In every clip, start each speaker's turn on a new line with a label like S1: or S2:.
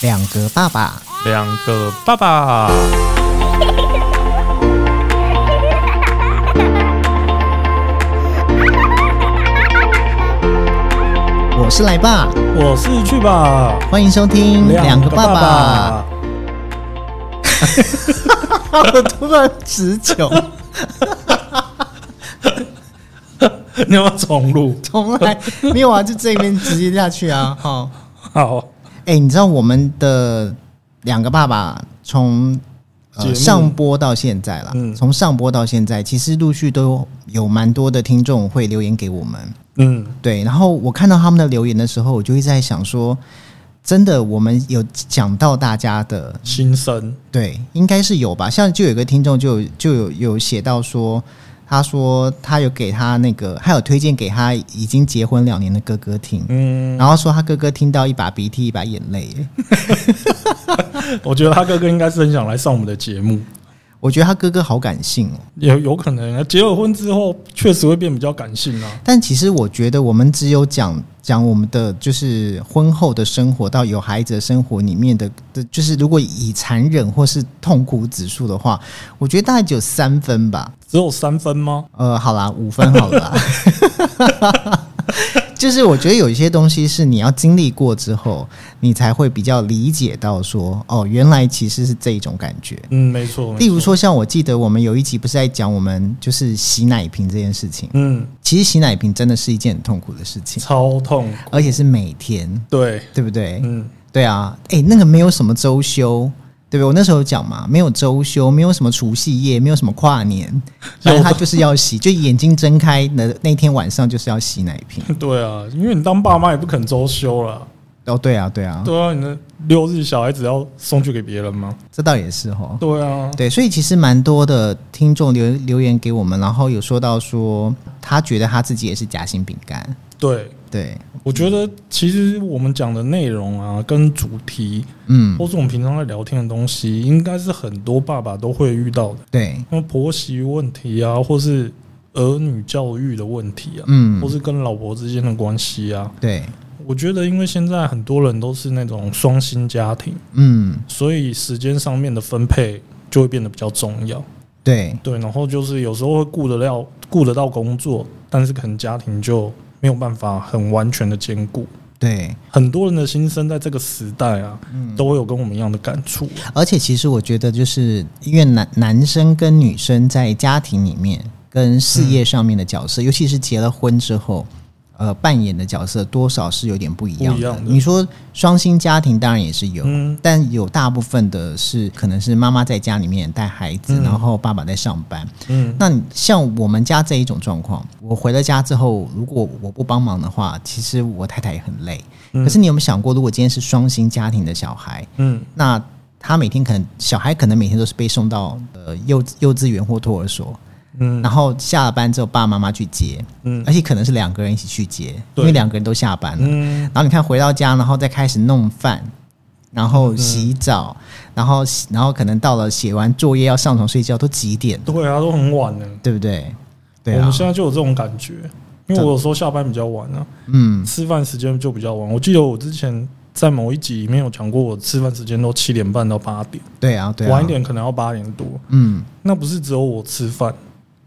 S1: 两个爸爸，
S2: 两个爸爸。
S1: 我是来爸，
S2: 我是去吧，
S1: 欢迎收听两个爸爸。
S2: 爸。
S1: 我突然词穷，
S2: 你要不要重录？
S1: 从来没有啊，就这边直接下去啊。 好、
S2: 好，
S1: 哎、你知道我们的两个爸爸从、
S2: 节
S1: 呃、
S2: 目
S1: 上播到现在啦，
S2: 嗯
S1: 从、上播到现在，其实陆续都有蛮多的听众会留言给我们。
S2: 嗯，
S1: 对，然后我看到他们的留言的时候，我就一直在想说，真的我们有讲到大家的，
S2: 新生，
S1: 对，应该是有吧。像就有一个听众就有就有有写到说，他说他有给他那个，他有推荐给他已经结婚两年的哥哥听，
S2: 嗯，
S1: 然后说他哥哥听到一把鼻涕一把眼泪。
S2: 我觉得他哥哥应该是很想来上我们的节目，
S1: 我觉得他哥哥好感性哦，
S2: 也有可能啊结了婚之后确实会变比较感性啊。
S1: 但其实我觉得我们只有讲讲我们的就是婚后的生活到有孩子的生活里面的，的就是如果以残忍或是痛苦指数的话，我觉得大概只有三分吧。
S2: 只有三分吗？
S1: 呃，好啦，五分好了 啦。就是我觉得有一些东西是你要经历过之后，你才会比较理解到说，哦，原来其实是这一种感觉。
S2: 嗯，没错。没
S1: 例如
S2: 错，
S1: 说，像我记得我们有一集不是在讲我们就是洗奶瓶这件事情，
S2: 嗯，
S1: 其实洗奶瓶真的是一件很痛苦的事情，
S2: 超痛。
S1: 而且是每天，
S2: 对，
S1: 对不对？
S2: 嗯，
S1: 对啊，诶，那个没有什么周休，对不对？我那时候有讲嘛，没有周休，没有什么除夕夜，没有什么跨年，反正他就是要洗，就眼睛睁开的那天晚上就是要洗奶瓶。
S2: 对啊，因为你当爸妈也不肯周休了。
S1: 哦，对啊，对啊，
S2: 对啊，你的六日小孩子要送去给别人吗？
S1: 这倒也是哦。
S2: 对啊，
S1: 对，所以其实蛮多的听众留留言给我们，然后有说到说他觉得他自己也是夹心饼干，
S2: 对，
S1: 对，
S2: 我觉得其实我们讲的内容啊，跟主题，
S1: 嗯，
S2: 或是我们平常在聊天的东西，应该是很多爸爸都会遇到的，
S1: 对，
S2: 像婆媳问题啊，或是儿女教育的问题啊，
S1: 嗯
S2: 或，是跟老婆之间的关系啊。
S1: 对，
S2: 我觉得，因为现在很多人都是那种双薪家庭，
S1: 嗯，
S2: 所以时间上面的分配就会变得比较重要。
S1: 对，
S2: 对，然后就是有时候会顾得了、顾得到工作，但是可能家庭就没有办法很完全的兼顾。
S1: 对，
S2: 很多人的心声在这个时代啊，
S1: 嗯
S2: 都会有跟我们一样的感触。
S1: 而且其实我觉得，就是因为男男生跟女生在家庭里面跟事
S2: 嗯
S1: 业上面的角色，尤其是结了婚之后，呃，扮演的角色多少是有点不一样的。
S2: 不一样的
S1: 你说双薪家庭当然也是有。
S2: 嗯，
S1: 但有大部分的是，可能是妈妈在家里面带孩子，
S2: 嗯
S1: 然后爸爸在上班。
S2: 嗯，
S1: 那你像我们家这一种状况，我回了家之后，如果我不帮忙的话，其实我太太也很累。
S2: 嗯
S1: 可是，你有没有想过，如果今天是双薪家庭的小孩，
S2: 嗯，
S1: 那他每天可能小孩可能每天都是被送到呃幼幼稚园或托儿所，
S2: 嗯，
S1: 然后下了班之后爸爸妈妈去接，
S2: 嗯
S1: 而且可能是两个人一起去接，因
S2: 对
S1: 为两个人都下班了。
S2: 嗯，
S1: 然后你看回到家，然后再开始弄饭，然后洗澡，然后洗然后可能到了写完作业要上床睡觉都几点了，
S2: 对啊，都很晚了。
S1: 对不对？对
S2: 我
S1: 啊
S2: 们，现在就有这种感觉，因为我有时候下班比较晚啊，
S1: 嗯，
S2: 吃饭时间就比较晚。我记得我之前在某一集里面有讲过，我吃饭时间都七点半到八点，
S1: 对啊，对啊，
S2: 晚一，点可能要八点多。
S1: 嗯，
S2: 那不是只有我吃饭，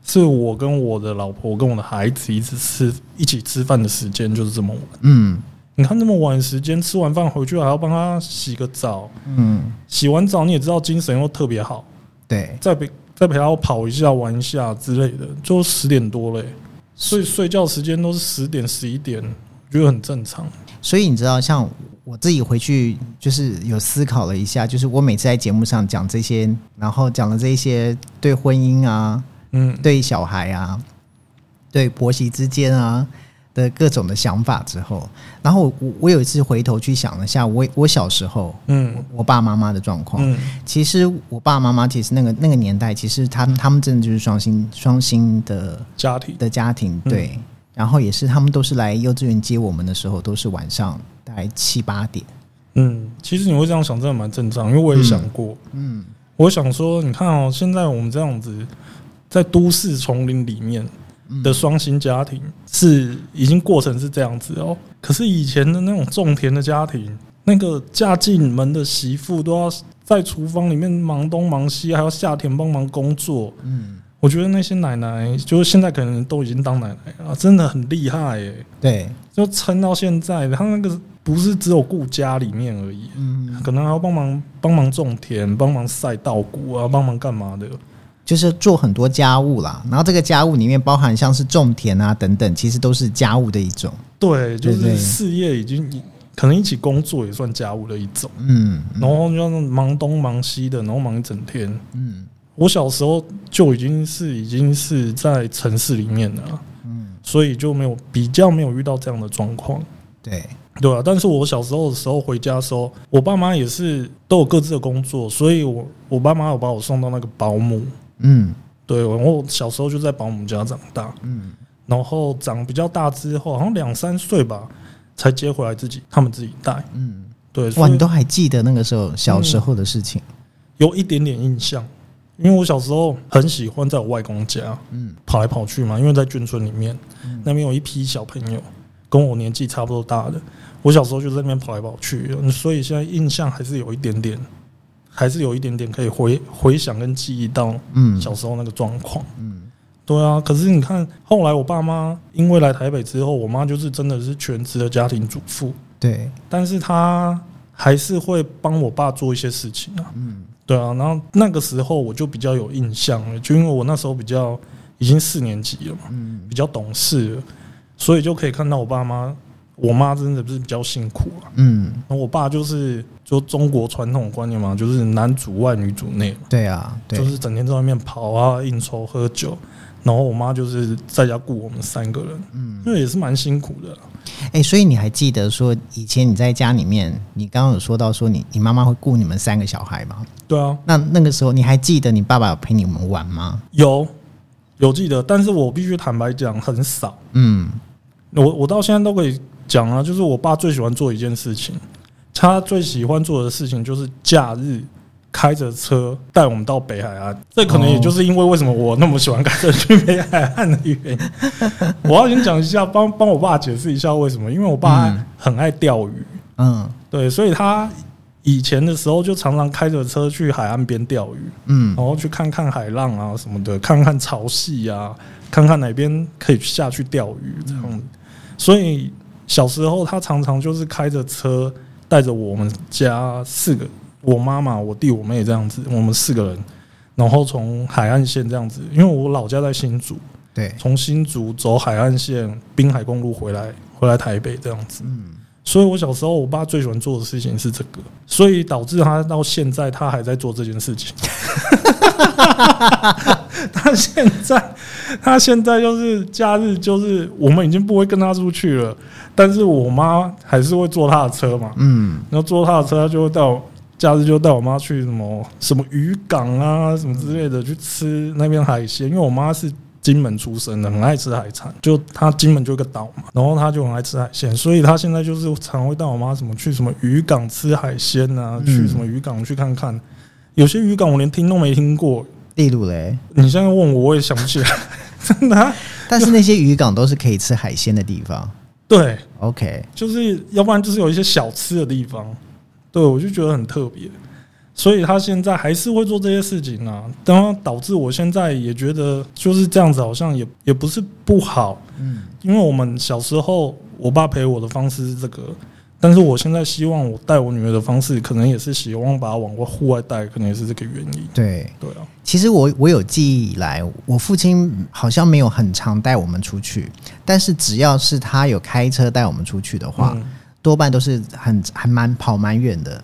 S2: 是我跟我的老婆、跟我的孩子一起吃一起吃饭的时间就是这么晚。
S1: 嗯
S2: 你看那么晚时间吃完饭回去还要帮他洗个澡，
S1: 嗯，
S2: 洗完澡你也知道精神又特别好，
S1: 对，
S2: 再陪再陪他跑一下、玩一下之类的，就十点多嘞、所以睡觉时间都是十点、十一点，我觉得很正常。
S1: 所以你知道，像我自己回去就是有思考了一下，就是我每次在节目上讲这些，然后讲了这一些对婚姻啊、
S2: 嗯，
S1: 对小孩啊、对婆媳之间啊的各种的想法之后，然后我我我有一次回头去想了一下，我我小时候
S2: 嗯
S1: 我爸妈妈的状况，
S2: 嗯
S1: 其实我爸妈妈其实那个那个年代，其实他们他们真的就是双薪双薪的
S2: 家庭
S1: 的家庭，
S2: 嗯
S1: 对，然后也是他们都是来幼稚园接我们的时候，都是晚上大概七八点，
S2: 嗯，其实你会这样想，真的蛮正常，因为我也想过，
S1: 嗯，
S2: 我想说，你看哦，现在我们这样子，在都市丛林里面
S1: 嗯
S2: 的双薪家庭是已经过程是这样子哦，可是以前的那种种田的家庭，那个嫁进门的媳妇都要在厨房里面忙东忙西，还要下田帮忙工作。
S1: 嗯，
S2: 我觉得那些奶奶，就是现在可能都已经当奶奶了，真的很厉害耶、
S1: 对，
S2: 就撑到现在。她那个不是只有顾家里面而已，
S1: 嗯，
S2: 可能还要帮忙帮忙种田、帮忙晒稻谷啊，帮忙干嘛的。
S1: 就是做很多家务啦，然后这个家务里面包含像是种田啊等等，其实都是家务的一种。
S2: 对，就
S1: 对对
S2: 是事业已经可能一起工作也算家务的一种，
S1: 嗯
S2: 然后就那种忙东忙西的，然后忙一整天。
S1: 嗯
S2: 我小时候就已经是已经是在城市里面了啊，
S1: 嗯，
S2: 所以就没有比较没有遇到这样的状况，
S1: 对，
S2: 对啊，但是我小时候的时候回家的时候，我爸妈也是都有各自的工作，所以我我爸妈有把我送到那个保姆，
S1: 嗯
S2: 对，然后小时候就在保姆家长大，
S1: 嗯
S2: 然后长比较大之后，好像两三岁吧，才接回来自己他们自己带，
S1: 嗯，
S2: 对，
S1: 哇，
S2: 所以
S1: 你都还记得那个时候小时候的事情。
S2: 有一点点印象，因为我小时候很喜欢在我外公家，
S1: 嗯
S2: 跑来跑去嘛，因为在眷村里面，那边有一批小朋友跟我年纪差不多大的，我小时候就在那边跑来跑去，所以现在印象还是有一点点，还是有一点点可以回回想跟记忆到
S1: 嗯
S2: 小时候那个状况。
S1: 嗯
S2: 对啊，可是你看，后来我爸妈因为来台北之后，我妈就是真的是全职的家庭主妇，
S1: 对，
S2: 但是她还是会帮我爸做一些事情啊。
S1: 嗯
S2: 对啊，然后那个时候我就比较有印象了，就因为我那时候比较已经四年级了嘛。
S1: 嗯
S2: 比较懂事了，所以就可以看到我爸妈，我妈真的是比较辛苦啊。
S1: 嗯，
S2: 然后我爸就是就中国传统观念嘛，就是男主外女主内嘛，
S1: 对啊，对，
S2: 就是整天在外面跑啊、应酬、喝酒。然后我妈就是在家顾我们三个人，
S1: 嗯，
S2: 因为也是蛮辛苦的啊。
S1: 哎、所以你还记得说以前你在家里面，你刚刚有说到说你你妈妈会顾你们三个小孩吗？
S2: 对啊，
S1: 那那个时候你还记得你爸爸有陪你们玩吗？
S2: 有有记得，但是我必须坦白讲，很少。
S1: 嗯
S2: 我我到现在都可以讲啊，就是我爸最喜欢做一件事情，他最喜欢做的事情就是假日开着车带我们到北海岸。这可能也就是因为为什么我那么喜欢开车去北海岸的原 因。我要先讲一下，帮帮我爸解释一下为什么，因为我爸
S1: 嗯
S2: 很爱钓鱼，
S1: 嗯
S2: 对，所以他以前的时候就常常开着车去海岸边钓鱼。
S1: 嗯
S2: 然后去看看海浪啊什么的，看看潮汐啊，看看哪边可以下去钓鱼这样。所以小时候他常常就是开着车带着我们家四个，我妈妈、我弟、我妹这样子，我们四个人，然后从海岸线这样子，因为我老家在新竹，
S1: 对，
S2: 从新竹走海岸线滨海公路回来，回来台北这样子。
S1: 嗯
S2: 所以我小时候，我爸最喜欢做的事情是这个，所以导致他到现在他还在做这件事情。 他现在，他现在就是假日，就是我们已经不会跟他出去了，但是我妈还是会坐他的车嘛，
S1: 嗯
S2: 然后坐他的车，他就会带我假日就带我妈去什么什么渔港啊什么之类的去吃那边海鲜，因为我妈是金门出生的，很爱吃海产，就她金门就有个岛嘛，然后她就很爱吃海鲜，所以她现在就是常会带我妈什么去什么渔港吃海鲜啊，
S1: 嗯
S2: 去什么渔港去看看，有些渔港我连听都没听过，
S1: 例如嘞，
S2: 你现在问我我也想不起来，真的啊、
S1: 但是那些渔港都是可以吃海鲜的地方。
S2: 对，
S1: OK，
S2: 就是要不然就是有一些小吃的地方，对我就觉得很特别，所以他现在还是会做这些事情啊，然后导致我现在也觉得就是这样子，好像也也不是不好，
S1: 嗯
S2: 因为我们小时候我爸陪我的方式是这个，但是我现在希望我带我女儿的方式，可能也是希望把她往外户外带，可能也是这个原因，
S1: 对，
S2: 对啊，
S1: 其实我我有记忆以来，我父亲好像没有很常带我们出去，但是只要是他有开车带我们出去的话，
S2: 嗯，
S1: 多半都是很还蛮跑蛮远的。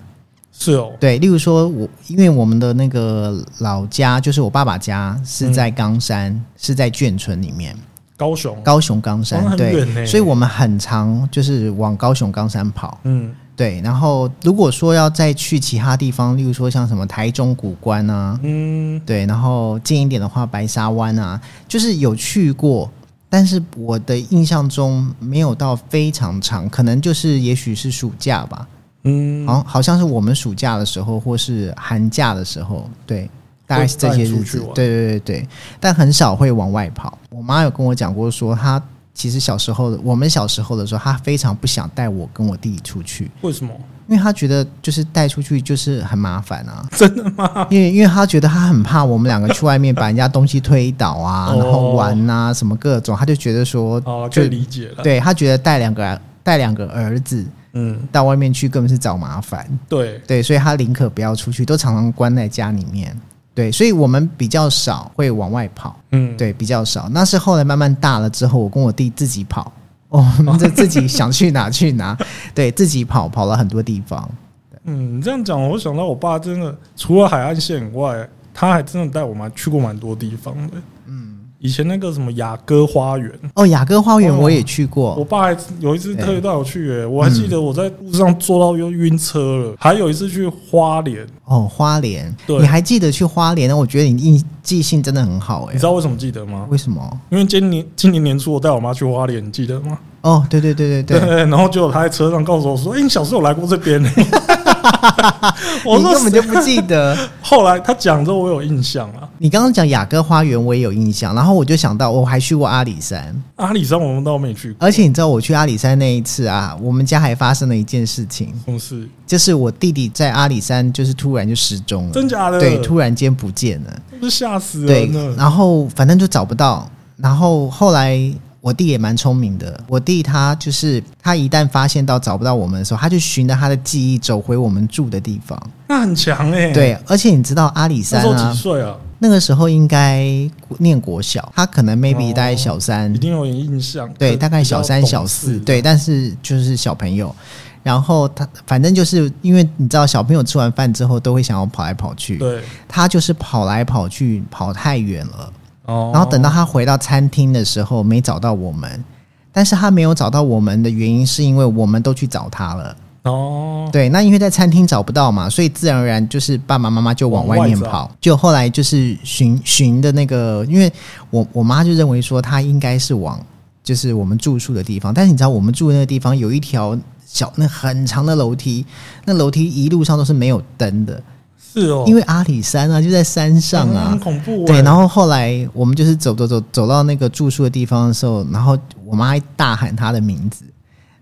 S2: 是哦，
S1: 对，例如说我，因为我们的那个老家，就是我爸爸家是在冈山，是在眷村里面，
S2: 高雄，
S1: 高雄冈山，
S2: 哦那很
S1: 对
S2: 远，呢
S1: 所以我们很常就是往高雄冈山跑。
S2: 嗯，
S1: 对，然后如果说要再去其他地方，例如说像什么台中古关啊，
S2: 嗯，
S1: 对，然后近一点的话，白沙湾啊，就是有去过，但是我的印象中没有到非常长，可能就是也许是暑假吧，
S2: 嗯，
S1: 好、好像是我们暑假的时候，或是寒假的时候，对。大概是这些
S2: 会带你
S1: 日
S2: 出去
S1: 子
S2: 玩，
S1: 对对对对，但很少会往外跑。我妈有跟我讲过说她其实小时候的我们小时候的时候，他非常不想带我跟我弟弟出去，
S2: 为什么？
S1: 因为他觉得就是带出去就是很麻烦啊，
S2: 真的吗？
S1: 因为因为他觉得他很怕我们两个去外面把人家东西推倒啊，
S2: 哦
S1: 然后玩啊什么各种，他就觉得说，
S2: 好了，可
S1: 就
S2: 以理解了。，
S1: 对他觉得带两个带两个儿子
S2: 嗯，
S1: 到外面去根本是找麻烦，
S2: 对，
S1: 对，所以他宁可不要出去，都常常关在家里面。对，所以我们比较少会往外跑，
S2: 嗯，
S1: 对，比较少。那是后来慢慢大了之后，我跟我弟自己 跑，哦我们就自己想去哪去哪，对自己跑，跑了很多地方。
S2: 嗯，你这样讲，我想到我爸真的除了海岸线以外，他还真的带我们去过蛮多地方的。嗯，以前那个什么雅戈花园，
S1: 哦，雅歌花园
S2: 哦
S1: 我也去过，
S2: 我爸还有一次特意带我去、欸，
S1: 嗯
S2: 我还记得我在路上坐到又晕车了。还有一次去花莲，
S1: 哦，花莲，
S2: 对
S1: 你还记得去花莲？我觉得你印记性真的很好哎、
S2: 你知道为什么记得吗？
S1: 为什么？
S2: 因为今年今年年初我带我妈去花莲，你记得吗？
S1: 哦，对对对 对对，
S2: 然后结果她在车上告诉我说：“哎、你小时候有来过这 边、欸。”我
S1: 你
S2: 说
S1: 根本就不记得。
S2: 后来她讲之后，我有印象啊。
S1: 你刚刚讲雅歌花园，我也有印象，然后我就想到我还去过阿里山，
S2: 阿里山我们倒没去过，
S1: 而且你知道我去阿里山那一次啊，我们家还发生了一件事情，
S2: 公司
S1: 就是我弟弟在阿里山就是突然就失踪了，
S2: 真假的？
S1: 对，突然间不见了。
S2: 不是吓死
S1: 对
S2: 人，了。
S1: 然后反正就找不到。然后后来我弟也蛮聪明的，我弟他就是他一旦发现到找不到我们的时候，他就循着他的记忆走回我们住的地方。
S2: 那很强哎、，
S1: 对，而且你知道阿里
S2: 那
S1: 山
S2: 时候
S1: 啊
S2: 几，岁啊？
S1: 那个时候应该念国小，他可能 maybe
S2: 哦
S1: 大概小三，
S2: 一定有点印象。
S1: 嗯对，
S2: 就
S1: 大概小三
S2: 比较
S1: 小
S2: 懂
S1: 四，
S2: 事
S1: 对，但是就是小朋友。然后他反正就是因为你知道，小朋友吃完饭之后都会想要跑来跑去，
S2: 对。
S1: 他就是跑来跑去，跑太远了。
S2: 哦，
S1: 然后等到他回到餐厅的时候，没找到我们。但是他没有找到我们的原因，是因为我们都去找他了。
S2: 哦，
S1: 对，那因为在餐厅找不到嘛，所以自然而然就是爸爸妈妈就往
S2: 往外
S1: 外面
S2: 找
S1: 跑。就后来就是寻寻的那个，因为我我妈就认为说他应该是往就是我们住宿的地方，但是你知道我们住的那个地方有一条小那很长的楼梯，那楼梯一路上都是没有灯的，
S2: 是哦，
S1: 因为阿里山啊就在山上
S2: 嗯
S1: 啊，
S2: 很恐怖欸。
S1: 对，然后后来我们就是走走走走到那个住宿的地方的时候，然后我妈还大喊他的名字，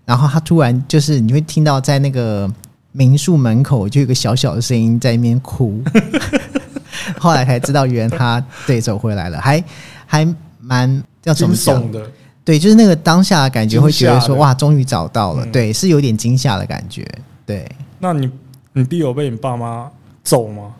S1: 然后他突然就是你会听到在那个民宿门口就有一个小小的声音在那边哭， 后来才知道原来他对走回来了，还还蛮要怎
S2: 惊
S1: 么讲？
S2: 悚的，
S1: 对，就是那个当下的感觉会觉得
S2: 惊吓
S1: 说
S2: 的
S1: 哇，终于找到了，
S2: 嗯
S1: 对，是有点惊吓的感觉。对
S2: 那你你弟有被你爸妈揍吗？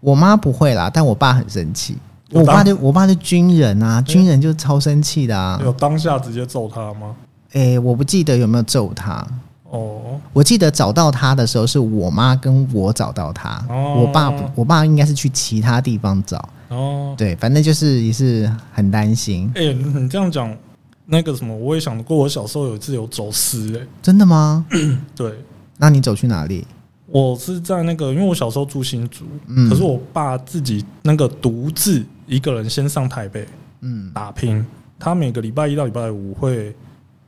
S1: 我妈不会啦，但我爸很生气。
S2: 有
S1: 我爸
S2: 当
S1: 就我爸就军人啊，军人就超生气的啊。
S2: 有当下直接揍他吗？
S1: 诶、我不记得有没有揍他。
S2: 哦，
S1: 我记得找到他的时候，是我妈跟我找到他，
S2: 哦
S1: 我爸不我爸应该是去其他地方找。
S2: 哦，
S1: 对，反正就是也是很担心。
S2: 哎、你这样讲，那个什么，我也想过，我小时候有一次有走私、欸，
S1: 真的吗？
S2: 对
S1: 那你走去哪里？
S2: 我是在那个，因为我小时候住新竹，
S1: 嗯
S2: 可是我爸自己那个独自一个人先上台北
S1: 嗯
S2: 打拼，他每个礼拜一到礼拜五会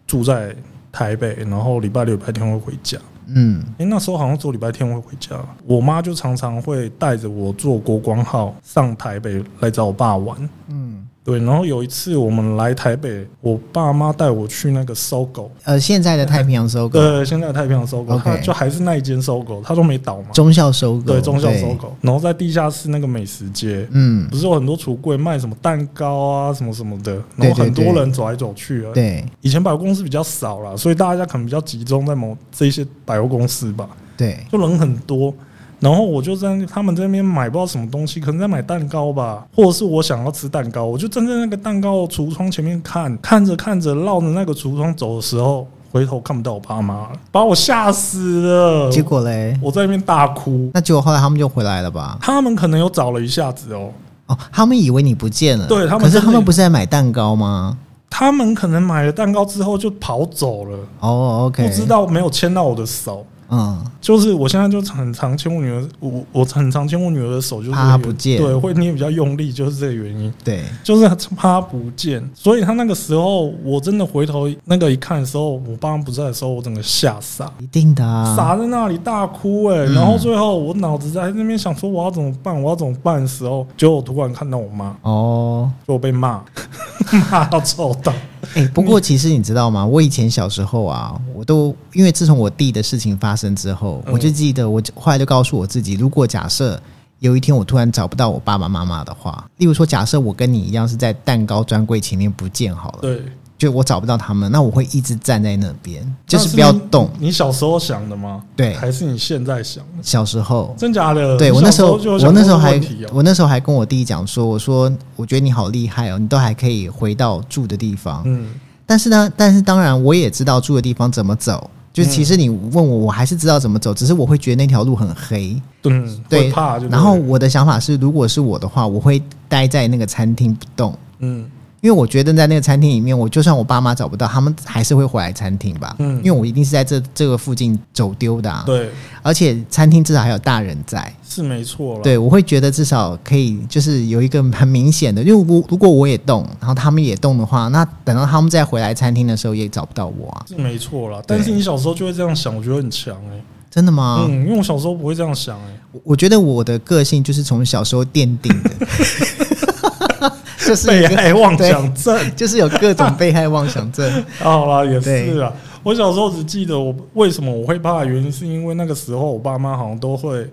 S2: 住在台北，然后礼拜六、礼拜天会回家。
S1: 嗯
S2: 哎、那时候好像只有礼拜天会回家，我妈就常常会带着我坐国光号上台北来找我爸玩。
S1: 嗯。
S2: 对，然后有一次我们来台北，我爸妈带我去那个搜狗，
S1: 呃，现在的太平洋收购，
S2: 对，现在太平洋搜狗，
S1: OK
S2: 它就还是那一间搜狗，它都没倒嘛。
S1: 中校收购，
S2: 对，中校搜
S1: 对。
S2: 狗，然后在地下室那个美食街，
S1: 嗯
S2: 不，是有很多橱柜卖什么蛋糕啊什么什么的，然后很多人走来走去啊。
S1: 对
S2: 以前百货公司比较少啦，所以大家可能比较集中在某这一些百货公司吧，
S1: 对，
S2: 就人很多。然后我就在他们这边买不知道什么东西，可能在买蛋糕吧，或者是我想要吃蛋糕，我就站在那个蛋糕橱窗前面看，看着看着绕着那个橱窗走的时候，回头看不到我爸妈了，把我吓死了。
S1: 结果嘞，
S2: 呃我在那边大哭，
S1: 那结果后来他们就回来了吧？
S2: 他们可能有找了一下子哦，
S1: 哦，他们以为你不见了，
S2: 对他们
S1: 可是
S2: 真的
S1: 他们
S2: 以
S1: 不是在买蛋糕吗？
S2: 他们可能买了蛋糕之后就跑走了，
S1: 哦，OK，
S2: 不知，道没有牵到我的手。
S1: 嗯，
S2: 就是我现在就很常牵我女儿，我我很常牵我女儿的手，就是
S1: 怕她不见
S2: 对，会捏比较用力，就是这个原因，
S1: 对，
S2: 就是怕她不见。所以她那个时候，我真的回头那个一看的时候，我爸妈不在的时候，我整个吓傻，
S1: 一定的啊，
S2: 傻在那里大哭哎、
S1: 嗯
S2: 然后最后我脑子在那边想说我要怎么办，我要怎么办的时候，结果我突然看到我妈，
S1: 哦，
S2: 就被骂， 骂到臭到，
S1: 哎、不过其实你知道吗？我以前小时候啊，我都因为自从我弟的事情发生之后，
S2: 嗯
S1: 我就记得我后来就告诉我自己，如果假设有一天我突然找不到我爸爸妈妈的话，例如说假设我跟你一样是在蛋糕专柜前面不见好了，
S2: 对，
S1: 就我找不到他们，那我会一直站在那边，就
S2: 那
S1: 是不要
S2: 你
S1: 动。
S2: 你小时候想的吗？
S1: 对
S2: 还是你现在想的？
S1: 小时候，
S2: 真假的？
S1: 对我
S2: 呃你
S1: 那时
S2: 小时
S1: 候，
S2: 就有
S1: 我
S2: 想
S1: 那
S2: 过
S1: 时
S2: 这
S1: 候
S2: 个
S1: 还
S2: 问题哦，
S1: 我那时候还跟我弟讲说，我说我觉得你好厉害哦，你都还可以回到住的地方。
S2: 嗯，
S1: 但是呢，但是当然我也知道住的地方怎么走，就是其实
S2: 嗯
S1: 你问我，我还是知道怎么走，只是我会觉得那条路很黑。
S2: 对，嗯
S1: 对
S2: 会怕就对了
S1: 然后我的想法是，如果是我的话，我会待在那个餐厅不动。
S2: 嗯，
S1: 因为我觉得在那个餐厅里面，我就算我爸妈找不到，他们还是会回来餐厅吧。
S2: 嗯
S1: 因为我一定是在这这个附近走丢的、啊，
S2: 对，
S1: 而且餐厅至少还有大人在。
S2: 是没错了。
S1: 对，我会觉得至少可以，就是有一个很明显的，因为我如果我也动，然后他们也动的话，那等到他们再回来餐厅的时候，也找不到我啊！
S2: 是没错啦，但是你小时候就会这样想，我觉得很强哎、
S1: 真的吗？
S2: 嗯，因为我小时候不会这样想哎、
S1: 我我觉得我的个性就是从小时候奠定的， 就是一个
S2: 被害妄想症。
S1: 就是有各种被害妄想 症。
S2: 啊好啦，也
S1: 对
S2: 是啊。我小时候只记得我为什么我会怕，原因是因为那个时候我爸妈好像都会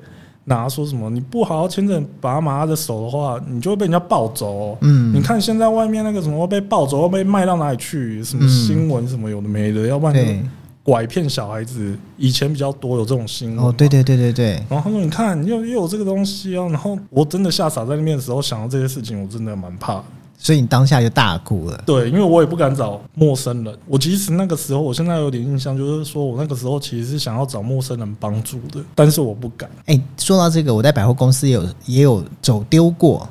S2: 拿说什么，你不好好牵着爸妈的手的话，你就会被人家抱走哦、你
S1: 嗯，
S2: 看现在外面那个什么被抱走，被卖到哪里去？什么
S1: 嗯
S2: 新闻什么有的没的，要不然就是
S1: 对，
S2: 拐骗小孩子。以前比较多有这种新闻嘛。
S1: 哦，对对对对对，
S2: 然后他说：“你看，又又有这个东西哦。”然后我真的吓傻在那边的时候，想到这些事情，我真的蛮怕的。
S1: 所以你当下就大哭了。
S2: 对，因为我也不敢找陌生人。我其实那个时候，我现在有点印象，就是说我那个时候其实是想要找陌生人帮助的，但是我不敢。
S1: 哎、说到这个，我在百货公司也有也有走丢过。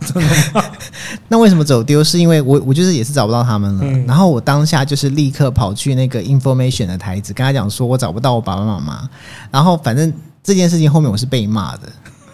S1: 那为什么走丢？是因为我我就是也是找不到他们了，
S2: 嗯
S1: 然后我当下就是立刻跑去那个 information 的台子，跟他讲说我找不到我爸爸妈妈。然后反正这件事情后面我是被骂的。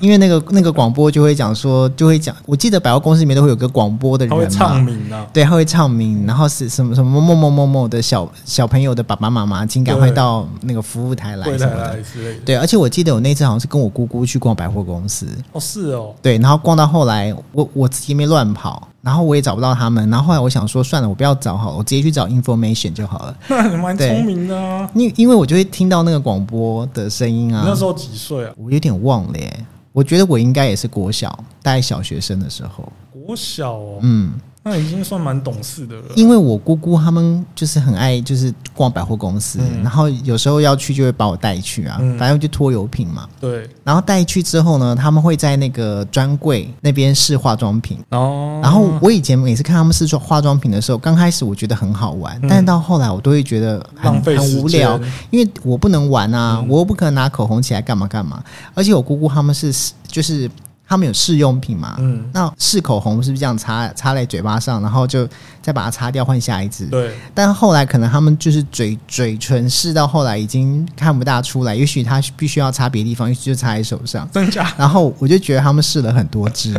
S1: 因为那个那个广播就会讲说，就会讲，我记得百货公司里面都会有个广播的人
S2: 他
S1: 嘛，
S2: 会唱名啊，
S1: 对，他会唱名，然后是什么什么某某某某的小小朋友的爸爸妈妈，请赶快
S2: 对
S1: 到那个服务台来
S2: 会
S1: 什
S2: 来
S1: 么的。
S2: 来之类的。
S1: 对，而且我记得我那次好像是跟我姑姑去逛百货公司，
S2: 哦，是哦，
S1: 对，然后逛到后来，我我自己没乱跑，然后我也找不到他们，然后后来我想说，算了，我不要找好了，我直接去找 information 就好了，
S2: 那你蛮
S1: 对
S2: 聪明的啊。
S1: 因因为我就会听到那个广播的声音
S2: 你
S1: 啊
S2: 那，时候几岁啊？
S1: 我有点忘了耶，我觉得我应该也是国小，大概小学生的时候，
S2: 国小哦，
S1: 嗯，
S2: 那已经算蛮懂事的了。
S1: 因为我姑姑他们就是很爱就是逛百货公司，
S2: 嗯
S1: 然后有时候要去就会把我带去啊，
S2: 嗯
S1: 反正就拖油瓶嘛。
S2: 对，
S1: 然后带去之后呢，他们会在那个专柜那边试化妆品，
S2: 然后
S1: 然后我以前每次看他们试妆化妆品的时候，刚开始我觉得很好玩，
S2: 嗯
S1: 但是到后来我都会觉得很
S2: 浪费
S1: 很
S2: 时
S1: 无
S2: 间
S1: 聊，啊因为我不能玩啊，我又不可能拿口红起来干嘛干嘛。而且我姑姑他们是就是他们有试用品嘛，
S2: 嗯，
S1: 那试口红是不是这样擦擦在嘴巴上，然后就再把它擦掉换下一支？
S2: 对，
S1: 但后来可能他们就是嘴嘴唇试到后来已经看不大出来，也许他必须要擦别的地方，也许就擦在手上。
S2: 真假
S1: 然后我就觉得他们试了很多支，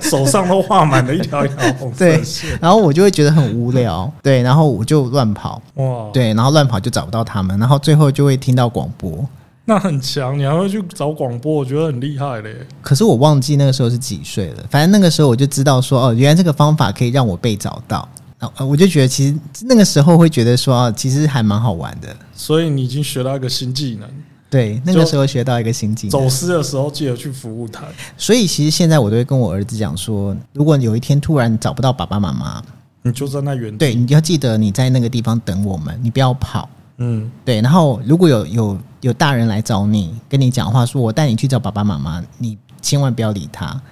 S2: 手上都画满了一条一条红色
S1: 对
S2: 的线。
S1: 然后我就会觉得很无聊，对，然后我就乱跑，
S2: 哇，
S1: 对，然后乱跑就找不到他们，然后最后就会听到广播，
S2: 那很强，你还会去找广播，我觉得很厉害嘞。
S1: 可是我忘记那个时候是几岁了，反正那个时候我就知道说，哦，原来这个方法可以让我被找到，啊，呃我就觉得其实那个时候会觉得说，哦，其实还蛮好玩的，
S2: 所以你已经学到一个新技能，
S1: 对，那个时候学到一个新技能，
S2: 走失的时候记得去服务台。
S1: 所以其实现在我都会跟我儿子讲说，如果有一天突然找不到爸爸妈妈，
S2: 你就站在原地，
S1: 对，你要记得你在那个地方等我们，你不要跑。
S2: 嗯，
S1: 对，然后如果有有有大人来找你，跟你讲话说“我带你去找爸爸妈妈”，你千万不要理 他。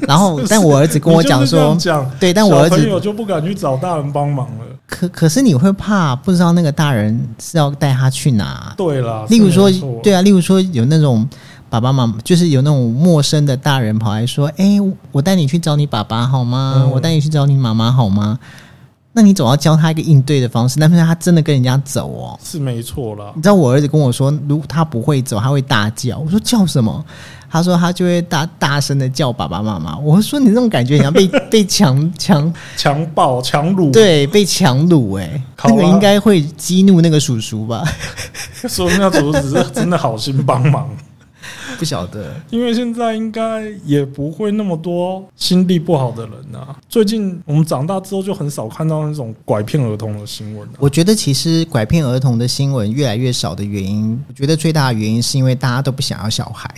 S1: 然后，但我儿子跟我讲说
S2: 你就是这样讲，
S1: 对但我儿子
S2: 小朋友就不敢去找大人帮忙了。：“
S1: 可可是你会怕，不知道那个大人是要带他去哪？
S2: 对啦，
S1: 例如说
S2: 是没错，
S1: 对啊，例如说有那种爸爸妈妈，就是有那种陌生的大人跑来说：‘哎，我带你去找你爸爸好吗？
S2: 嗯
S1: 我带你去找你妈妈好吗？’那你总要教他一个应对的方式，但是他真的跟人家走哦。”
S2: 是没错啦。
S1: 你知道我儿子跟我说，如果他不会走，他会大叫。我说叫什么？他说他就会大大声的叫爸爸妈妈。我说你这种感觉，你要被 被强强
S2: 强暴、强掳，，
S1: 对被强掳哎、
S2: 好啊
S1: 那个应该会激怒那个叔叔吧？
S2: 说那主只是真的好心帮忙。
S1: 不晓得。
S2: 因为现在应该也不会那么多心地不好的人啊。最近我们长大之后就很少看到那种拐骗儿童的新闻、啊。
S1: 我觉得其实拐骗儿童的新闻越来越少的原因，我觉得最大的原因是因为大家都不想要小孩。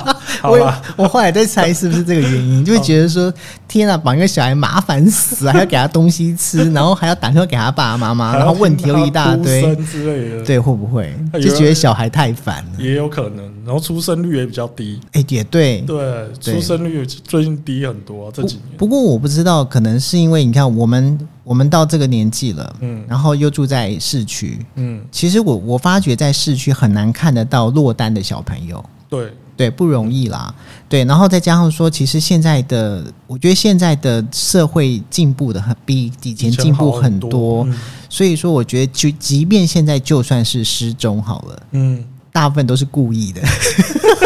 S2: 好吧，
S1: 我我后来在猜是不是这个原因，就会觉得说，天啊，把一个小孩麻烦死啊了，还要给他东西吃，然后还要打电话给他爸爸妈妈，然后问题又一大
S2: 还要听他
S1: 堆
S2: 哭，声之类的，，
S1: 对，会不会
S2: 哎
S1: 就觉得小孩太烦了？
S2: 也有可能。然后出生率也比较低，
S1: 哎、也对。
S2: 对，出生率最近低很多、啊、这几年。
S1: 不过我不知道，可能是因为你看，我们我们到这个年纪了，
S2: 嗯
S1: 然后又住在市区。
S2: 嗯，
S1: 其实我我发觉在市区很难看得到落单的小朋友。
S2: 对，
S1: 对，不容易啦。对，然后再加上说，其实现在的，我觉得现在的社会进步的很，比以前进步
S2: 好
S1: 很
S2: 多。
S1: 多。
S2: 嗯
S1: 所以说，我觉得就即便现在就算是失踪好了，
S2: 嗯，
S1: 大部分都是故意的。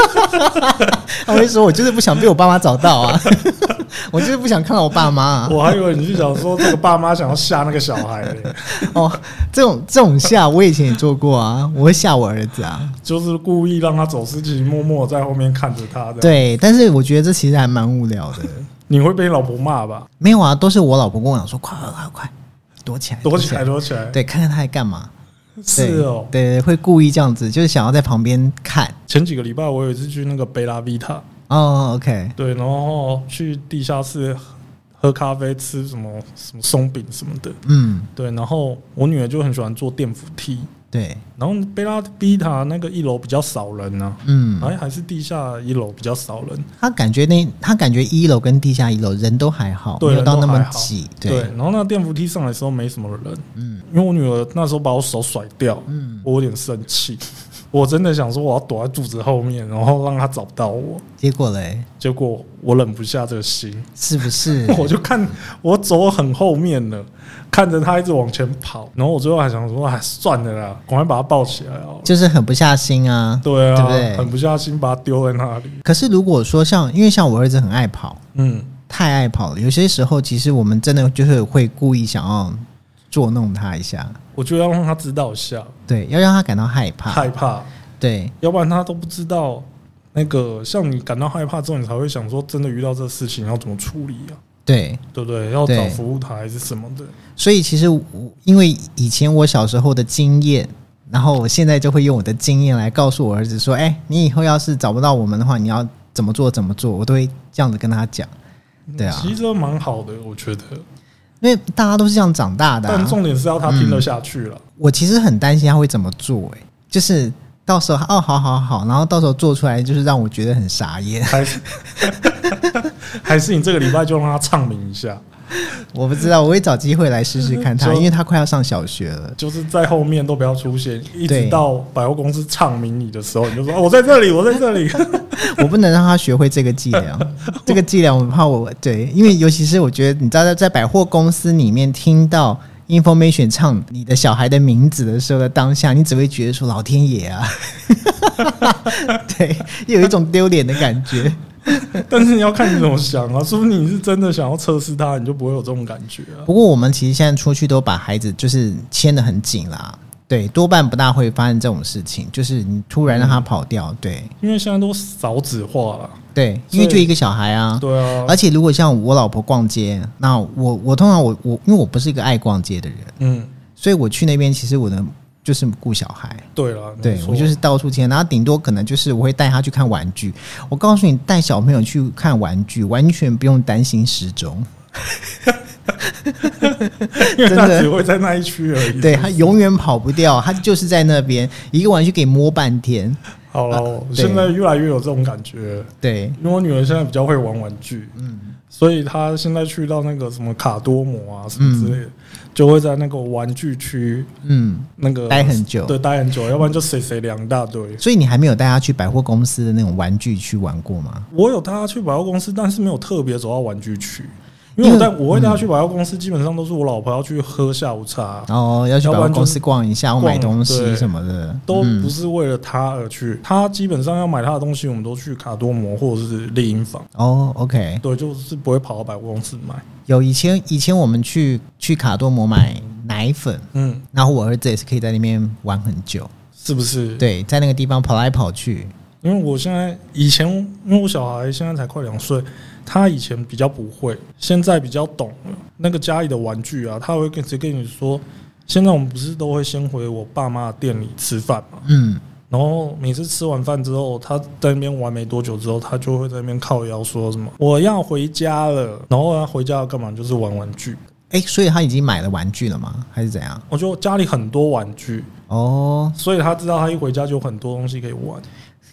S1: 他会说：“我就是不想被我爸妈找到啊， 我就是不想看到我爸妈、啊。
S2: 我还以为你是想说这个爸妈想要吓那个小 孩嘞、”
S1: 哦，这种这种吓，我以前也做过啊，我会吓我儿子啊。
S2: 就是故意让他走私己默默在后面看着他的。，
S1: 对，但是我觉得这其实还蛮无聊的。
S2: 你会被老婆骂吧？
S1: 没有啊，都是我老婆跟我讲说：“快快快快，躲起来，
S2: 躲起来，躲起来。
S1: 对，看看他在干嘛。对
S2: 是哦，
S1: 对对，会故意这样子，就是想要在旁边看。
S2: 前几个礼拜我有一次去那个贝拉维塔，
S1: 哦，OK，
S2: 对，然后去地下室喝咖啡，吃什么什么松饼什么的，
S1: 嗯，
S2: 对，然后我女儿就很喜欢坐电扶梯，
S1: 对，
S2: 然后贝拉维塔那个一楼比较少人呢、
S1: 嗯，
S2: 好像还是地下一楼比较少人，
S1: 他感觉那他感觉一楼跟地下一楼人都还好，
S2: 对
S1: 没有到那么
S2: 人都还好
S1: 挤，
S2: 对，
S1: 对，
S2: 然后那电扶梯上来的时候没什么人，
S1: 嗯
S2: 因为我女儿那时候把我手甩掉，
S1: 嗯，
S2: 我有点生气， 我真的想说我要躲在柱子后面，然后让她找不到我。
S1: 结果嘞，
S2: 结果我忍不下这个心，
S1: 是不是
S2: ？我就看我走很后面了，看着她一直往前跑，然后我最后还想说，哎，算了啦，赶快把她抱起来好了。
S1: 就是狠不下心啊。
S2: 对啊，
S1: 对不对
S2: 狠不下心把她丢在那里。
S1: 可是如果说像，因为像我儿子很爱跑，
S2: 嗯，
S1: 太爱跑了，有些时候其实我们真的就是会故意想要捉弄他一下，
S2: 我就要让她知道一下，
S1: 对，要让他感到害怕，
S2: 害怕，
S1: 对，
S2: 要不然她都不知道。那个，像你感到害怕之后，你才会想说，真的遇到这事情要怎么处理啊？
S1: 对。
S2: 对不对？要找
S1: 对
S2: 服务台还是什么的？
S1: 所以其实我因为以前我小时候的经验，然后我现在就会用我的经验来告诉我儿子说：“哎、你以后要是找不到我们的话，你要怎么做怎么做。”我都会这样子跟他讲，对啊
S2: 其实都蛮好的，我觉得。
S1: 因为大家都是这样长大的啊、
S2: 但重点是要他听得下去了。
S1: 我其实很担心他会怎么做、哎，就是到时候他哦，好好好，然后到时候做出来就是让我觉得很傻眼，
S2: 还是 还是你这个礼拜就让他唱名一下，
S1: 我不知道，我会找机会来试试 看他，
S2: 就
S1: 因为他快要上小学了。
S2: 就是在后面都不要出现，一直
S1: 对
S2: 到百货公司唱名你的时候，你就说、哦我在这里，我在这里。
S1: 我不能让他学会这个伎俩，这个伎俩我怕我对，因为尤其是我觉得你知道在在百货公司里面听到 information 唱你的小孩的名字的时候的当下，你只会觉得说老天爷啊，对，有一种丢脸的感觉。
S2: 但是你要看你怎么想啊，说不定你是真的想要测试他，你就不会有这种感觉啊。
S1: 不过我们其实现在出去都把孩子就是牵得很紧啦，对，多半不大会发生这种事情，就是你突然让他跑掉，对
S2: 因为现在都少子化了，
S1: 对，
S2: 所以
S1: 因为就一个小孩啊，
S2: 对啊，
S1: 而且如果像我老婆逛街，那我我通常我我因为我不是一个爱逛街的人，
S2: 嗯，
S1: 所以我去那边其实我能就是顾小孩，
S2: 对了，没
S1: 对
S2: 错
S1: 我 就是到处牵，然后顶多可能就是我会带他去看玩具。我告诉你，带小朋友去看玩具，完全不用担心失踪，
S2: 因为
S1: 真
S2: 他
S1: 的
S2: 只会在那一区而 已。
S1: 对他永远跑不掉，他就是在那边一个玩具给摸半天，
S2: 好
S1: 啊
S2: 了，我现在越来越有这种感觉，
S1: 对，
S2: 因为我女儿现在比较会玩玩具，嗯，所以她现在去到那个什么卡多姆啊什么之类的，就会在那个玩具区
S1: 嗯，
S2: 那个
S1: 待很久
S2: 对，待很久，要不然就谁谁两大堆。
S1: 所以你还没有带他去百货公司的那种玩具区玩过吗？
S2: 我有带她去百货公司，但是没有特别走到玩具区，因
S1: 因为
S2: 为我带我
S1: 嗯
S2: 会带她去百货公司，基本上都是我老婆要去喝下午茶，
S1: 哦，要去
S2: 要
S1: 百
S2: 不
S1: 货
S2: 然就是
S1: 公司逛一下，我买
S2: 逛
S1: 东西
S2: 对
S1: 什么的，
S2: 都
S1: 嗯
S2: 不是为了她而去。她基本上要买她的东西，我们都去卡多姆或者是丽婴坊，
S1: 哦，OK，
S2: 对，就是不会跑到百货公司买。
S1: 有以前以前我们去去卡多摩买奶粉，
S2: 嗯，
S1: 然后我儿子也是可以在那边玩很久。
S2: 是不是？，
S1: 对，在那个地方跑来跑去，
S2: 因为我现在以前，因为我小孩现在才快两岁，他以前比较不会，现在比较懂了。那个家里的玩具啊，他会跟直接跟你说，现在我们不是都会先回我爸妈的店里吃饭嘛？
S1: 嗯，
S2: 然后每次吃完饭之后，他在那边玩没多久之后，他就会在那边靠腰说什么“我要回家了”，然后他回家要干嘛？就是玩玩具。
S1: 哎、所以他已经买了玩具了吗？还是怎样？
S2: 我就家里很多玩具，
S1: 哦，
S2: 所以他知道他一回家就有很多东西可以玩。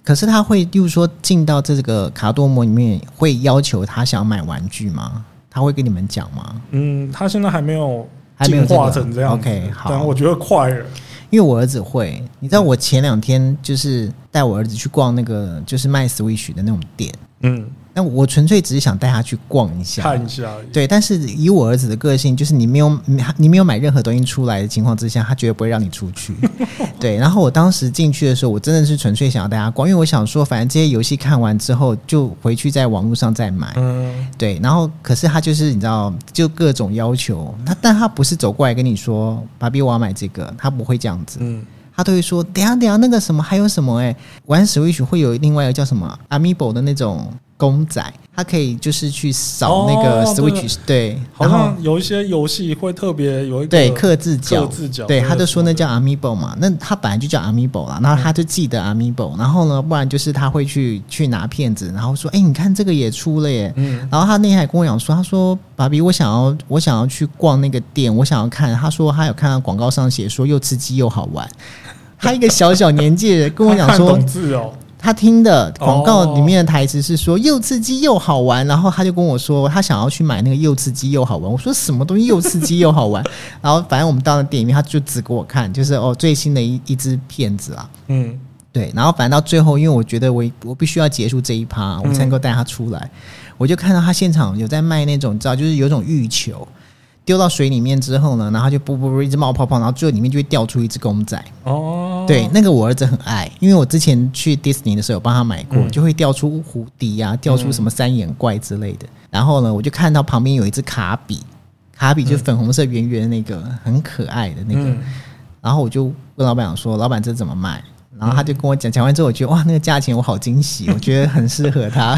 S1: 可是他会，例如说进到这个卡多摩里面，会要求他想买玩具吗？他会跟你们讲吗？
S2: 嗯，他现在还没有
S1: 还没有
S2: 进
S1: 这个
S2: 化成这样子
S1: OK，好
S2: 但我觉得快了。
S1: 因为我儿子会，你知道我前两天就是带我儿子去逛那个就是卖 Switch 的那种店，
S2: 嗯，
S1: 那我纯粹只是想带他去逛一下。
S2: 看一下而已，
S1: 对，但是以我儿子的个性，就是你没有你没有买任何东西出来的情况之下，他绝对不会让你出去。对，然后我当时进去的时候，我真的是纯粹想要带他逛，因为我想说，反正这些游戏看完之后，就回去在网络上再买。
S2: 嗯，
S1: 对，然后可是他就是你知道，就各种要求他，但他不是走过来跟你说“爸比，我要买这个”，他不会这样子，
S2: 嗯，
S1: 他都会说：“等一下等一下，那个什么还有什么、欸？哎，玩 Switch 会有另外一个叫什么 Amiibo 的那种公仔，他可以就是去扫那个
S2: 哦对
S1: Switch，、对，
S2: 好
S1: 然后
S2: 像有一些游戏会特别有一个
S1: 对刻字角，
S2: 刻字角
S1: 对，
S2: 那个
S1: 他就说那
S2: 什
S1: 叫 Amiibo 嘛，那他本来就叫 Amiibo 啦，然后他就记
S2: 嗯
S1: 得 Amiibo，然后呢，不然就是他会去去拿片子，然后说：“哎、你看这个也出了耶。”
S2: 嗯，
S1: 然后他那天还跟我讲说，他说：“爸比，我想要我想要去逛那个店，我想要看。”他说他有看到广告上写说又刺激又好玩。他一个小小年纪的人跟我讲
S2: 他看
S1: 说
S2: 懂，字哦，
S1: 他听的广告里面的台词是说又刺激又好玩，然后他就跟我说他想要去买那个又刺激又好玩。我说什么东西又刺激又好玩？然后反正我们到了店里面，他就指给我看，就是哦最新的一一支片子啊。
S2: 嗯，
S1: 对，然后反正到最后，因为我觉得我我必须要结束这一趴，我才能够带他出来。我就看到他现场有在卖那种，你知道，就是有一种浴球，丢到水里面之后呢，然后就啵啵啵一直冒泡泡，然后最后里面就会掉出一只公仔。
S2: 哦，
S1: 对，那个我儿子很爱，因为我之前去迪士尼的时候有帮他买
S2: 嗯
S1: 过，就会掉出蝴蝶啊，掉出什么三眼怪之类的。然后呢，我就看到旁边有一只卡比，卡比就粉红色圆圆的那个，很可爱的那个。
S2: 嗯，
S1: 然后我就跟老板讲说，老板这怎么卖？然后他就
S2: 嗯
S1: 跟我讲，讲完之后我觉得哇，那个价钱我好惊喜，我觉得很适合他，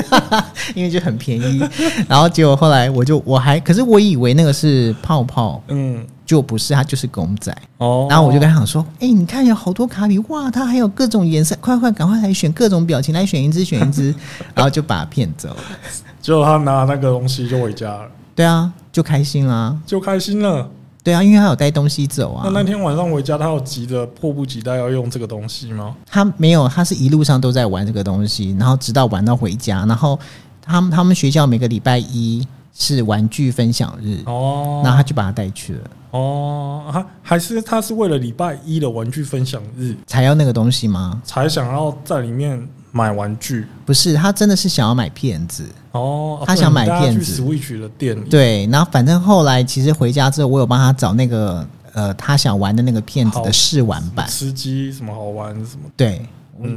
S1: 因为就很便宜。然后结果后来我就我还，可是我以为那个是泡泡，
S2: 嗯，
S1: 就不是，它就是公仔。
S2: 哦，
S1: 然后我就跟他讲说，哎、你看有好多卡比，哇，它还有各种颜色，快快赶快来选各种表情，来选一只选一 只，然后就把它骗走了。
S2: 就他拿那个东西就回家了，
S1: 对啊，就开心啦、啊。
S2: 就开心了。
S1: 对啊，因为他有带东西走啊
S2: 那。那天晚上回家，他有急着迫不及待要用这个东西吗？
S1: 他没有，他是一路上都在玩这个东西，然后直到玩到回家，然后他们他们学校每个礼拜一是玩具分享日，
S2: 哦，
S1: 然后他就把他带去了，
S2: 哦，还还是他是为了礼拜一的玩具分享日
S1: 才要那个东西吗？
S2: 才想要在里面买玩具。
S1: 不是，他真的是想要买片子，
S2: 哦，啊
S1: 他想买
S2: 不然大家
S1: 电
S2: 去
S1: 子
S2: Switch 的店里，
S1: 对，然后反正后来其实回家之后，我有帮他找那个呃他想玩的那个片子的试玩版，
S2: 吃鸡什么好玩什么，
S1: 对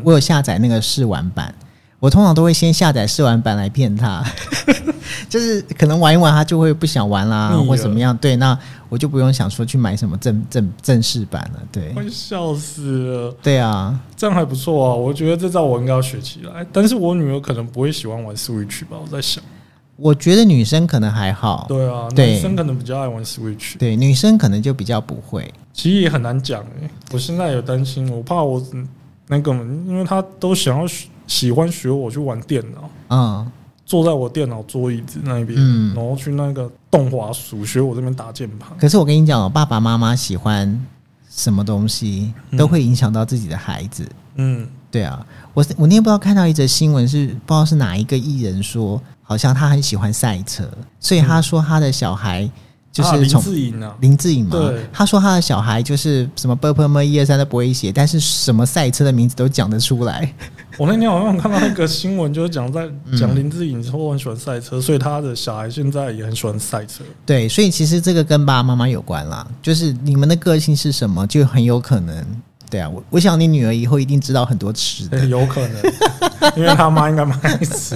S1: 我有下载那个试玩版。我通常都会先下载试玩版来骗他， 就是可能玩一玩他就会不想玩啦
S2: 腻，了
S1: 或怎么样。对，那我就不用想说去买什么正正正式版了。对，
S2: 快笑死了。
S1: 对啊，
S2: 这样还不错啊，我觉得这招我应该要学起来。哎但是我女儿可能不会喜欢玩 Switch 吧，我在想。
S1: 我觉得女生可能还好，
S2: 对啊，
S1: 哦对
S2: 男生可能比较爱玩 Switch，
S1: 对，女生可能就比较不会。
S2: 其实也很难讲哎、我现在有担心，我怕我那个，因为她都想要学喜欢学我去玩电脑。
S1: 嗯，
S2: 坐在我电脑桌椅子那边，
S1: 嗯
S2: 然后去那个动滑鼠学我这边打键盘。
S1: 可是我跟你讲哦，爸爸妈妈喜欢什么东西都
S2: 嗯
S1: 会影响到自己的孩子。
S2: 嗯，
S1: 对啊，我是我那天不知道看到一则新闻是，不知道是哪一个艺人说，好像他很喜欢赛车，所以他说他的小孩就
S2: 啊
S1: 是
S2: 林
S1: 从、
S2: 志颖啊，
S1: 林志颖嘛
S2: 对，
S1: 他说他的小孩就是什么 b u r p m 一二三都不会写，但是什么赛车的名字都讲得出来。
S2: 我那天好像看到那个新闻，就是讲在
S1: 嗯
S2: 讲林志颖说很喜欢赛车，所以他的小孩现在也很喜欢赛车。
S1: 对，所以其实这个跟爸爸妈妈有关啦，就是你们的个性是什么，就很有可能对啊，我我想你女儿以后一定知道很多吃的。
S2: 对有可能，因为他妈应该蛮爱吃，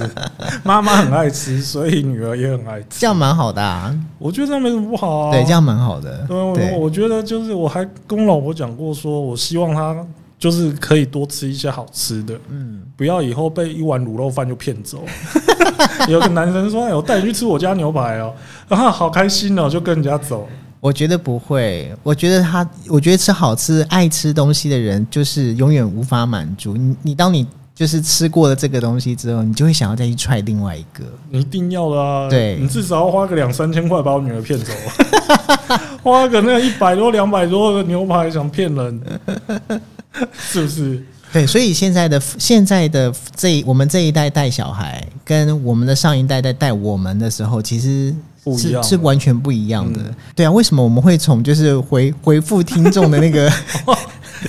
S2: 妈妈很爱吃，所以女儿也很爱吃。
S1: 这样蛮好的、啊，
S2: 我觉得这样没什么不好啊。
S1: 对，这样蛮好的。
S2: 对我
S1: 对，
S2: 我觉得就是我还跟我老婆讲过说我希望她就是可以多吃一些好吃的，
S1: 嗯，
S2: 不要以后被一碗卤肉饭就骗走。 有个男生说：“哎，我带你去吃我家牛排哦。”然后好开心哦，就跟人家走。
S1: 我觉得不会，我觉得他，我觉得吃好吃、爱吃东西的人，就是永远无法满足你。你当你就是吃过了这个东西之后，你就会想要再去 try 另外一个。
S2: 你一定要的啊！
S1: 对
S2: 你至少要花个两三千块把我女儿骗走， 花个那一百多、两百多的牛排想骗人，是 不是？
S1: 对，所以现在的现在的这我们这一代带小孩，跟我们的上一代在带我们的时候，其实
S2: 不一
S1: 是
S2: 样
S1: 是完全不一样的。
S2: 嗯
S1: 对啊，为什么我们会从就是回回复听众的那 个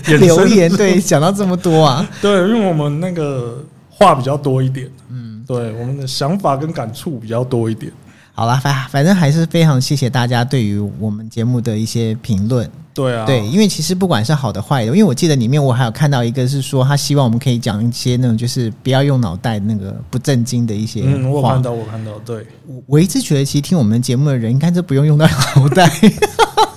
S2: 衍生
S1: 留言，对讲到这么多啊？
S2: 对，因为我们那个话比较多一点，嗯，对，我们的想法跟感触比较多一点。
S1: 好啦，反反正还是非常谢谢大家对于我们节目的一些评论。
S2: 对啊，
S1: 对，因为其实不管是好的坏的，因为我记得里面我还有看到一个是说，他希望我们可以讲一些那种就是不要用脑袋那个不正经的一些
S2: 嗯，我有
S1: 话。
S2: 看到，我有看到，对，
S1: 我我一直觉得，其实听我们节目的人应该都不用用到脑袋，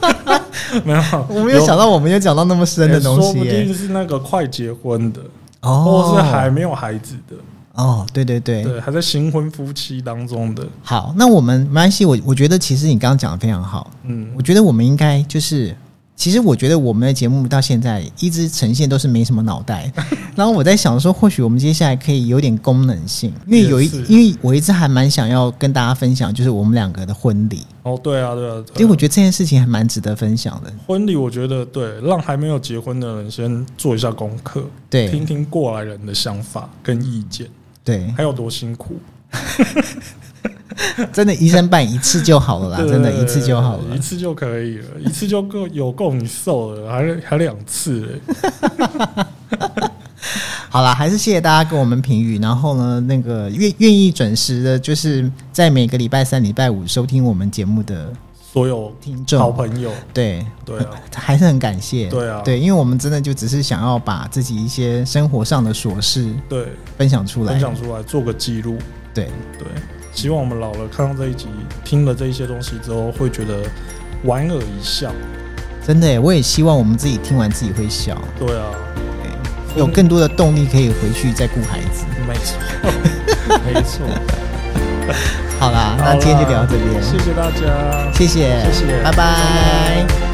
S2: 没有，
S1: 我没有想到我们有讲到那么深的东
S2: 说
S1: 西、
S2: 不
S1: 耶
S2: 定是那个快结婚的，
S1: 哦，
S2: 或是还没有孩子的，
S1: 哦，对对对，
S2: 对，还在新婚夫妻当中的，
S1: 好，那我们没关系，我我觉得其实你刚刚讲的非常好，
S2: 嗯
S1: 我觉得我们应该就是，其实我觉得我们的节目到现在一直呈现都是没什么脑 袋。然后我在想说，或许我们接下来可以有点功能性，因为有一
S2: 也是，
S1: 因为我一直还蛮想要跟大家分享，就是我们两个的婚礼，
S2: 哦，对啊，对啊，对啊
S1: 哎因为我觉得这件事情还蛮值得分享的。
S2: 婚礼，我觉得对，让还没有结婚的人先做一下功课，听
S1: 对
S2: 听过来人的想法跟意见，
S1: 对，
S2: 还有多辛苦，
S1: 真的，一生办一次就好了啦，
S2: 对
S1: 真的，一次就好
S2: 一
S1: 了。
S2: 次就可以了，一 次就够有够你受了，还还两次欸、
S1: 好啦，还是谢谢大家给我们评语，然后呢，那个愿愿意准时的，就是在每个礼拜三、礼拜五收听我们节目的
S2: 所有
S1: 听众，
S2: 好朋友，
S1: 对，
S2: 对 啊，
S1: 还是很感谢。
S2: 对啊
S1: 对，因为我们真的就只是想要把自己一些生活上的琐事
S2: 对，
S1: 分享出来
S2: 分。享出来做个记录，
S1: 对，
S2: 对，希望我们老了看到这一集，听了这一些东西之后，会觉得莞尔一笑，
S1: 真的耶，我也希望我们自己听完自己会笑，
S2: 对啊，
S1: 对有更多的动力可以回去再顾孩子。
S2: 没错，没错，
S1: 好啦，
S2: 好
S1: 那
S2: 啦
S1: 今天就聊到这边，
S2: 谢谢大家，
S1: 谢谢，
S2: 谢谢
S1: 拜拜
S2: 拜